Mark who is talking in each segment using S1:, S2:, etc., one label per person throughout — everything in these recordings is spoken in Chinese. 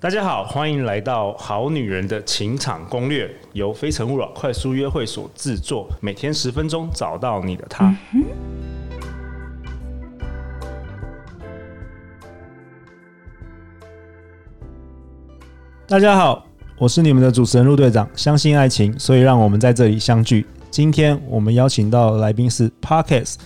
S1: 大家好，欢迎来到《好女人的情场攻略》，由非诚勿扰快速约会所制作，每天十分钟，找到你的他。大家好，我是你们的主持人陆队长。相信爱情，所以让我们在这里相聚。今天我们邀请到的来宾是 Parkes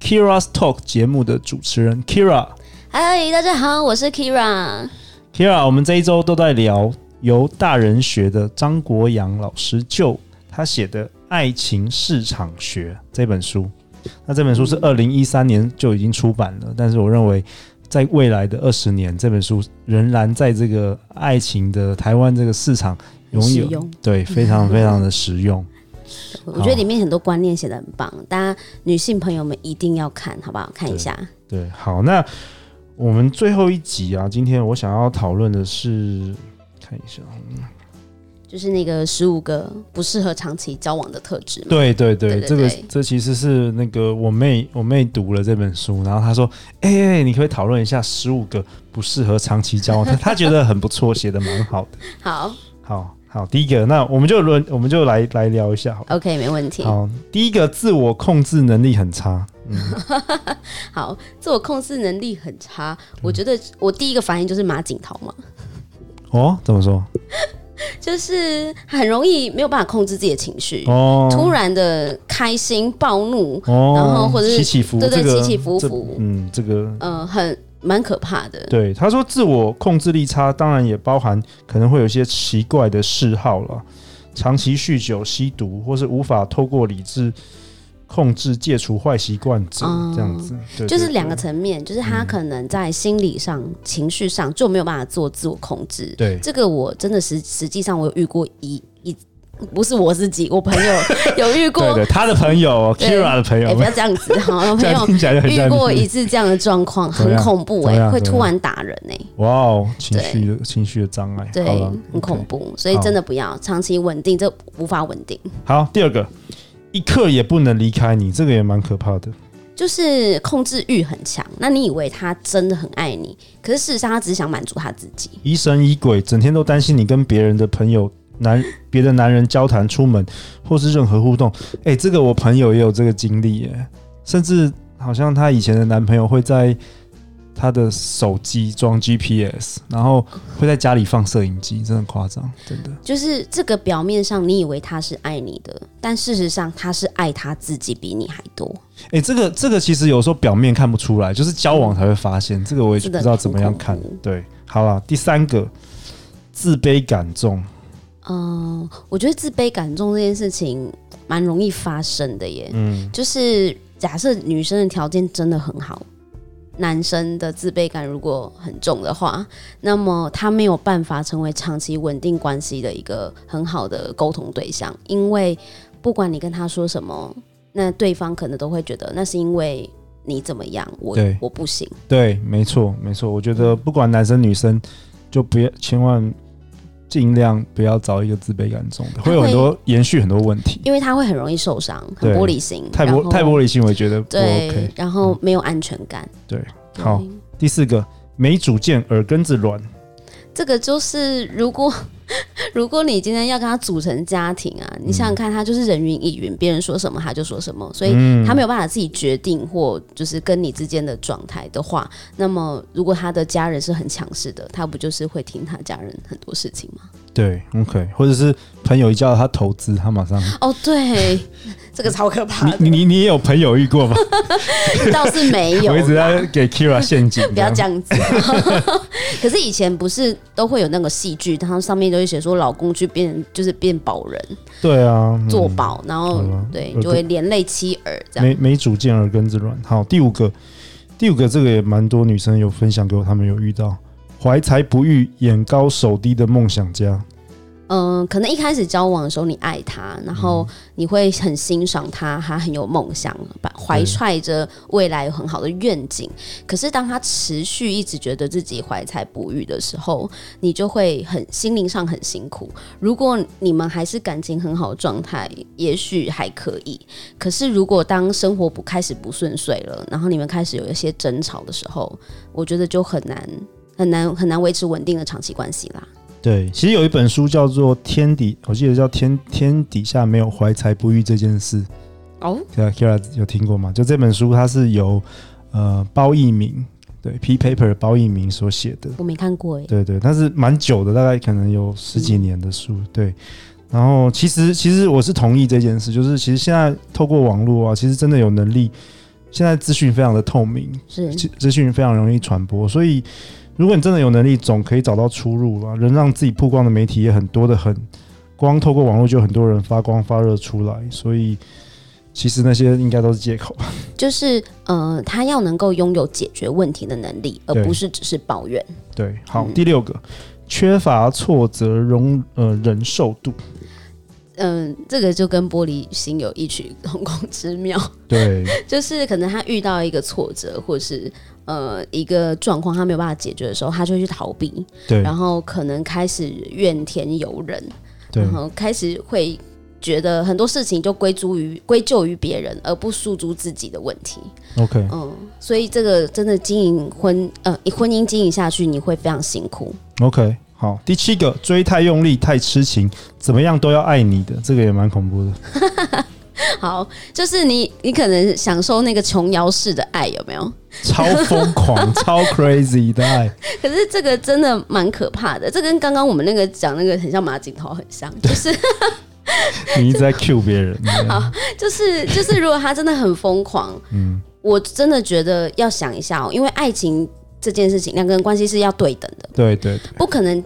S1: Kira's Talk 节目的主持人 Kira。
S2: 嗨，大家好，我是 Kira。
S1: Kira，我们这一周都在聊由大人学的张国阳老师就他写的《爱情市场学》这本书。那这本书是二零一三年就已经出版了，但是我认为在未来的二十年，这本书仍然在这个爱情的台湾这个市场拥
S2: 使
S1: 有
S2: 用
S1: 对非常非常的实用。
S2: 我觉得里面很多观念写的很棒，大家女性朋友们一定要看，好不好？看一下。
S1: 对，好，那我们最后一集啊，今天我想要讨论的是，看一下，啊
S2: 就是那个十五个不适合长期交往的特质嘛。
S1: 对对对，
S2: 对对
S1: 这个
S2: 对
S1: 这其实是那个我妹我妹读了这本书，然后她说：“哎、哎你可不可以讨论一下十五个不适合长期交往？”她 她觉得很不错，写的蛮好的。
S2: 好
S1: 好好，第一个，那我们就轮我们就来来聊一下好了。
S2: ，OK，没问题。
S1: 好，第一个，自我控制能力很差。 嗯
S2: 好，自我控制能力很差，我觉得我第一个反应就是马景涛嘛，
S1: 哦，怎么说？
S2: 就是很容易没有办法控制自己的情绪，
S1: 哦，
S2: 突然的开心、暴怒，
S1: 哦，
S2: 然后或者是
S1: 起起伏，
S2: 对对
S1: 这个
S2: 起起伏
S1: 这
S2: 伏
S1: 嗯，这个
S2: 呃，很蛮可怕的。
S1: 对，他说自我控制力差，当然也包含可能会有一些奇怪的嗜好了，长期酗酒、吸毒，或是无法透过理智控制戒除坏习惯者、
S2: 哦
S1: 这样子。对
S2: 就是
S1: 对
S2: 两个
S1: 对嗯
S2: 层面，就是他可能在心理上、情绪上就没有办法做自我控制。
S1: 对
S2: 这个我真的实实际上我有遇过一一，不是我自己，我 朋友有遇过
S1: 对，对，他的朋友哦
S2: 对
S1: Kira 的朋
S2: 哎、
S1: 友
S2: 不，要这样子，好，我
S1: 这
S2: 朋
S1: 样
S2: 友
S1: 听起来就很
S2: 遇
S1: 像
S2: 过
S1: 你
S2: 一次这样的状况，
S1: 怎么
S2: 很
S1: 样
S2: 恐怖
S1: 怎
S2: 哎、
S1: 么样
S2: 会
S1: 怎么
S2: 突
S1: 样
S2: 然打人哎、
S1: 哇哦，情绪的情绪的障碍，
S2: 对
S1: 好了，
S2: 很恐
S1: OK
S2: 怖，所以真的不要长期稳定，这无法稳定，
S1: 好，第二个，一刻也不能离开你，这个也蛮可怕的。
S2: 就是控制欲很强。那你以为他真的很爱你，可是事实上他只想满足他自己。
S1: 疑神疑鬼，整天都担心你跟别人的朋友、男 别的男人交谈、出门或是任何互动。哎、这个我朋友也有这个经历耶，甚至好像她以前的男朋友会在她的手机装 GPS，然后会在家里放摄影机，真的夸张，真的。
S2: 就是这个表面上你以为他是爱你的，但事实上他是爱他自己比你还多，
S1: 哎、这个这个其实有时候表面看不出来，就是交往才会发现。这个我也不知道怎么样看
S2: 真的很恐。
S1: 对，好了，第三个自卑感重。
S2: 嗯，我觉得自卑感重这件事情蛮容易发生的耶。
S1: 嗯，
S2: 就是假设女生的条件真的很好，男生的自卑感如果很重的话，那么他没有办法成为长期稳定关系的一个很好的沟通对象，因为不管你跟他说什么，那对方可能都会觉得那是因为你怎么样，我
S1: 对
S2: 我不行。
S1: 对，没错，没错。我觉
S2: 嗯
S1: 得不管男生女生，就不要千万尽量不要找一个自卑感重的，会有很多延续很多问题。
S2: 因为他会很容易受伤，很
S1: 对
S2: 玻璃心，
S1: 太
S2: 然
S1: 玻
S2: 后
S1: 太玻璃心，我也觉得不
S2: 对
S1: OK，。
S2: 然后没有安全感。
S1: 对，
S2: 对
S1: 好，第四个没主见，耳根子软。
S2: 这个就是如果 如果你今天要跟他组成家庭啊，
S1: 嗯
S2: 你想想看，他就是人云亦云，别人说什么他就说什么，所以
S1: 嗯
S2: 他没有办法自己决定或就是跟你之间的状态的话，那么如果他的家人是很强势的，他不就是会听他家人很多事情吗？
S1: 对，OK，或者是朋友一叫他投资，他马上。
S2: 哦，对， 这个超可怕的，
S1: 你你你也有朋友遇过吗？
S2: 倒是没 有
S1: 我一直
S2: 啦
S1: 在给 Kira 陷阱。
S2: 不要这样子。 可是以前不是都会有那个戏剧，然后上面都会写说老公去变就是变保人、
S1: 对啊，嗯
S2: 做保，然后
S1: 好吧
S2: 对
S1: 我
S2: 就会连累妻儿这样。
S1: 没没主见而根子软。好，第五个，第五个这个也蛮多女生有分享给我，她们有遇到怀才不遇、眼高手低的梦想家。
S2: 嗯，可能一开始交往的时候你爱他，然后嗯你会很欣赏他，他很有梦想，把怀揣着未来有很好的愿景。可是当他持续一直觉得自己怀才不遇的时候，你就会很心灵上很辛苦。如果你们还是感情很好的状态，也许还可以。可是如果当生活不开始不顺遂了，然后你们开始有一些争吵的时候，我觉得就很难。很难很难维持稳定的长期关系啦。
S1: 对，其实有一本书叫做《天底》，我记得叫《天天底下没有怀才不遇这件事》。
S2: 哦，
S1: Kira Kira 有听过吗？就这本书，它是由呃包奕明对 P Paper 的包奕明所写的。
S2: 我没看过耶。
S1: 对对，但是蛮久的，大概可能有十几年的书。对，然后其实其实我是同意这件事，就是其实现在透过网络啊，其实真的有能力，现在资讯非常的透明，
S2: 是
S1: 资资讯非常容易传播，所以如果你真的有能力，总可以找到出路啊。能让自己曝光的媒体也很多的很，光透过网络就很多人发光发热出来，所以其实那些应该都是借口。
S2: 就是呃，他要能够拥有解决问题的能力，而
S1: 对
S2: 不是只是抱怨。
S1: 对，好，
S2: 嗯
S1: 第六个，缺乏挫折容呃忍受 度。
S2: 嗯、这个就跟玻璃心有异曲同工之妙，
S1: 对，
S2: 就是可能他遇到一个挫折，或是呃一个状况他没有办法解决的时候，他就会去逃避，
S1: 对
S2: 然后可能开始怨天尤人，
S1: 对
S2: 然后开始会觉得很多事情就归诸于归咎于别人，而不诉诸自己的问题。
S1: ，OK，
S2: 嗯，所以这个真的经营婚呃婚姻经营下去，你会非常辛苦。
S1: OK，好，第七个追太用力、太痴情，怎么样都要爱你的，这个也蛮恐 怖的。
S2: 好，就是你你可能享受那个琼瑶式的爱，有没有？
S1: 超疯狂、超 crazy 的爱，
S2: 可是这个真的蛮可怕的，这跟刚刚我们那个讲那个很像马景涛很像，就是
S1: 你一直在 cue 别人。
S2: 就是就是，如果他真的很疯狂，
S1: 嗯，
S2: 我真的觉得要想一下哦，因为爱情这件事情，两个人关系是要对等的，
S1: 对对对
S2: 不可能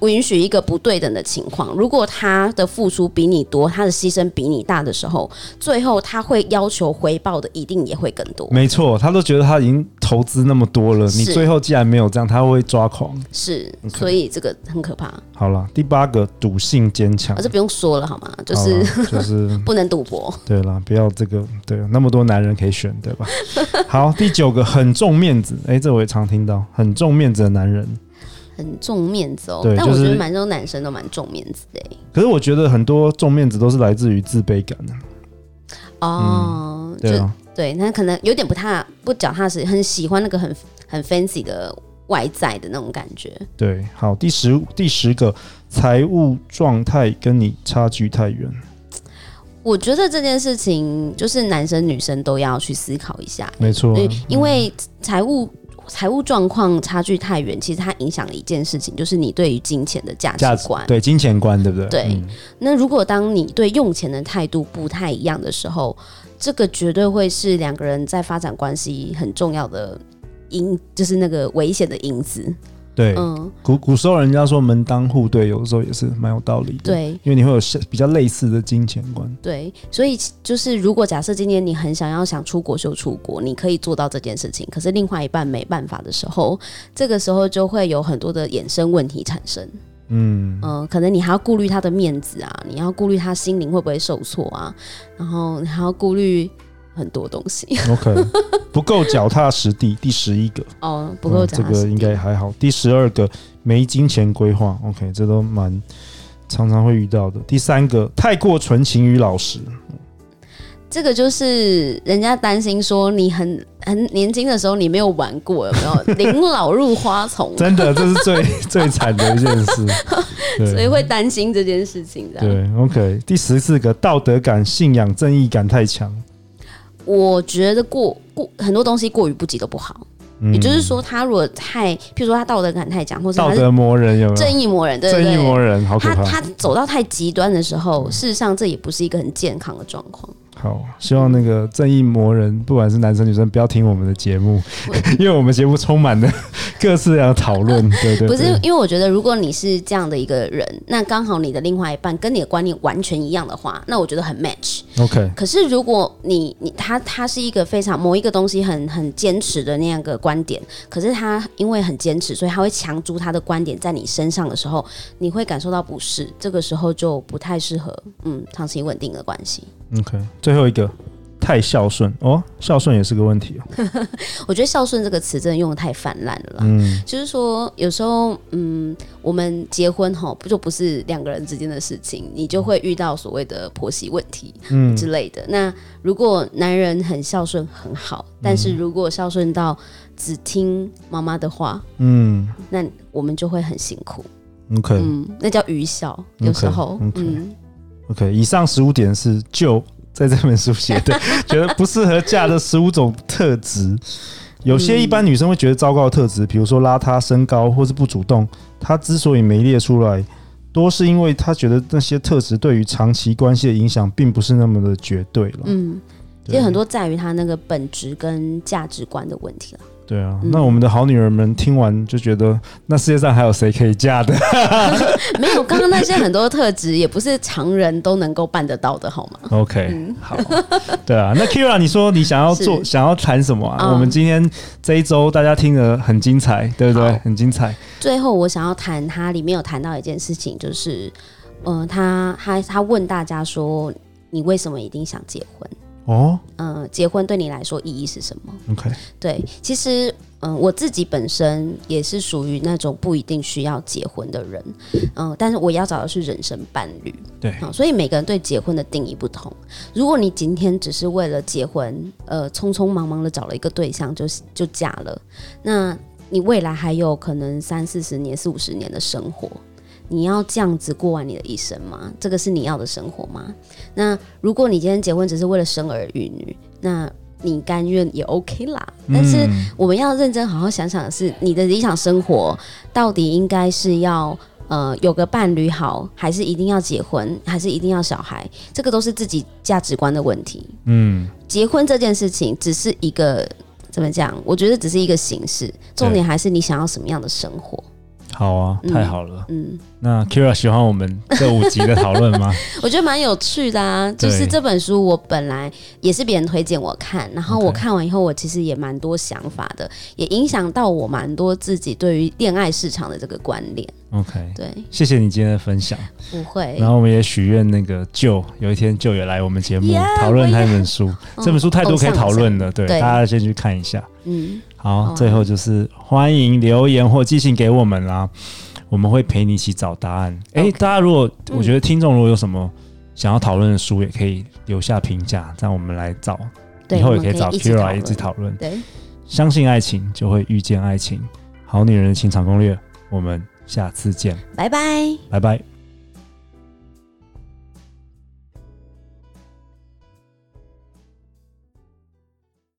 S2: 允许一个不对等的情况。如果他的付出比你多，他的牺牲比你大的时候，最后他会要求回报的一定也会更多。
S1: 没错，他都觉得他已经投资那么多了，
S2: 是嗯
S1: 你最后既然没有这样，他会抓狂。
S2: 是，
S1: OK
S2: 所以这个很可怕，
S1: 好了，第八个赌性坚强
S2: 啊，，这不用说了好吗？就
S1: 好
S2: 是
S1: 啦 就是
S2: 不能赌博。
S1: 对了，不要这个对，那么多男人可以选，对 吧？好，第九个很重面子，哎、这我也常听到，很重面子的男人。
S2: 很重面子哦
S1: 对，
S2: 但我
S1: 就
S2: 觉
S1: 是
S2: 得蛮多男生都蛮重面子的欸
S1: 可是我觉得很多重面子都是来自于自卑感的、啊
S2: 哦，
S1: 对啊，
S2: 就对，那可能有点不踏不脚踏实地，很喜欢那个很很 fancy 的外在的那种感觉。
S1: 对。好，第十第十个财务状态跟你差距太远，
S2: 我觉得这件事情就是男生女生都要去思考一下，
S1: 没错啊、
S2: 对，因为财务财务状况差距太远，其实它影响了一件事情，就是你对于金钱的价
S1: 价
S2: 值
S1: 值
S2: 观。
S1: 对金钱观，对不对？
S2: 对
S1: 嗯
S2: 那如果当你对用钱的态度不太一样的时候，这个绝对会是两个人在发展关系很重要的因，就是那个危险的因子。
S1: 对，
S2: 嗯，
S1: 古古时候人家说门当户对，有的时候也是蛮有道理的。，
S2: 对
S1: 因为你会有像比较类似的金钱观。
S2: 对，所以就是如果假设今天你很想要想出国就出国，你可以做到这件事情，可是另外一半没办法的时候，这个时候就会有很多的衍生问题产生。
S1: 嗯，
S2: 嗯，可能你还要顾虑他的面子啊，你要顾虑他心灵会不会受挫啊，然后你还要顾虑很多东西。
S1: OK，不够脚踏实地。第十一个，
S2: 哦，不
S1: 嗯
S2: 够扎
S1: 这
S2: 实、
S1: 个应该还好。第十二个，没金钱规划。OK，这都蛮常常会遇到的。第三个，太过纯情与老实。
S2: 这个就是人家担心说你很很年轻的时候你没有玩过，有没有 临老入花丛，
S1: 真的，这是最最惨的一件 事。
S2: 所以
S1: 对
S2: 会担心这件事情。这样，
S1: 对，OK。第十四个，道德感、信仰、正义感太强。
S2: 我觉得过过很多东西过于不及都不好。
S1: 嗯
S2: 也就是，说，他如果太，譬如说他道德感太强，或是
S1: 道
S2: 他是
S1: 德魔人有没有？
S2: 正义魔人，对不
S1: 正义魔
S2: 对？
S1: 人，好可
S2: 他
S1: 怕。嗯
S2: 他走到太极端的时候，事实上这也不是一个很健康的状况。
S1: 好，希望那个正义魔人，不管是男生女生，不要听我们的节目，因为我们节目充满了 各式各样的讨论。对对对，
S2: 不是，因为我觉得如果你是这样的一个人，那刚好你的另外一半跟你的观念完全一样的话，那我觉得很 match。
S1: OK，
S2: 可是如果你你他他是一个非常某一个东西很很坚持的那样个观点，可是他因为很坚持，所以他会强租他的观点在你身上的时候，你会感受到不适，这个时候就不太适合嗯长期稳定的关系。
S1: OK，最后一个太孝顺哦，孝顺也是个问题哦。
S2: 我觉得“孝顺”这个词真的用的太泛滥了啦。
S1: 嗯，
S2: 就是说，有时候，嗯，我们结婚吼，不就不是两个人之间的事情，你就会遇到所谓的婆媳问题，
S1: 嗯
S2: 之类的。那如果男人很孝顺很好，但是如果孝顺到只听妈妈的话，
S1: 嗯
S2: 那我们就会很辛苦。
S1: ，OK
S2: 嗯，那叫愚孝，有时候
S1: OK，OK
S2: 嗯，
S1: OK，以上十五点是就在这本书写 的，觉得不适合嫁的十五种特质。有些一般女生会觉得糟糕的特质，比如说邋遢、身高或是不主动，她之所以没列出来，多是因为她觉得那些特质对于长期关系的影响并不是那么的绝对了。
S2: 嗯，其
S1: 对
S2: 实很多在于他那个本质跟价值观的问题了。
S1: 对啊，
S2: 嗯
S1: 那我们的好女人们听完就觉得，那世界上还有谁可以嫁的？
S2: 没有，刚刚那些很多特质也不是常人都能够办得到的，好吗？
S1: OK，、好， 对啊，那 Kira，你说你想要做，
S2: 嗯是
S1: 想要谈什么啊？
S2: 嗯
S1: 我们今天这一周大家听得很精彩，对不对
S2: 好？
S1: 很精彩，
S2: 最后，我想要谈它里面有谈到一件事情，就是，嗯、他他他问大家说，你为什么一定想结婚？
S1: 哦
S2: 嗯、结婚对你来说意义是什么？
S1: ，OK，
S2: 对，其实，嗯、我自己本身也是属于那种不一定需要结婚的人，嗯、但是我要找的是人生伴侣，
S1: 对，
S2: 好、所以每个人对结婚的定义不同。如果你今天只是为了结婚，呃，匆匆忙忙的找了一个对象就就嫁了，那你未来还有可能三四十年、四五十年的生活。你要这样子过完你的一生吗？这个是你要的生活吗？那如果你今天结婚只是为了生儿育女，那你甘愿也 OK 啦。但是
S1: 嗯
S2: 我们要认真好好想想的是，你的理想生活到底应该是要呃有个伴侣好，还是一定要结婚，还是一定要小孩？这个都是自己价值观的问题。
S1: 嗯，
S2: 结婚这件事情只是一个怎么讲？我觉得只是一个形式，重点还是你想要什么样的生活。
S1: 好啊，
S2: 嗯
S1: 太好了。
S2: 嗯，
S1: 那 Kira 喜欢我们这五集的讨论 吗？
S2: 我觉得蛮有趣的啊。就是
S1: 对
S2: 这本书我本来也是别人推荐我看，然后
S1: OK
S2: 我看完以后，我其实也蛮多想法的，也影响到我蛮多自己对于恋爱市场的这个观念。
S1: OK，
S2: 对，
S1: 谢谢你今天的分享。
S2: 不会。
S1: 然后我们也许愿那个舅有一天舅也来我们节目
S2: Yeah，
S1: 讨论
S2: 我
S1: 他
S2: 也
S1: 一本书，
S2: 嗯
S1: 这本书太多可以
S2: 偶像
S1: 讨论了，对，
S2: 对
S1: 大家先去看一下。
S2: 嗯，
S1: 好，
S2: 哦
S1: 最后就是欢迎留言或寄信给我们啦，我们会陪你一起找答案。诶，
S2: OK
S1: 大家如果
S2: 嗯
S1: 我觉得听众如果有什么想要讨论的书，也可以留下评价，这样我们来找，
S2: 对，
S1: 以后也
S2: 我们
S1: 以找
S2: 一起
S1: Kira 来一起
S2: 论。
S1: 讨论。
S2: 对，
S1: 相信爱情，就会遇见爱情。好女人的情场攻略，我们下次见，
S2: 拜拜。
S1: 拜拜。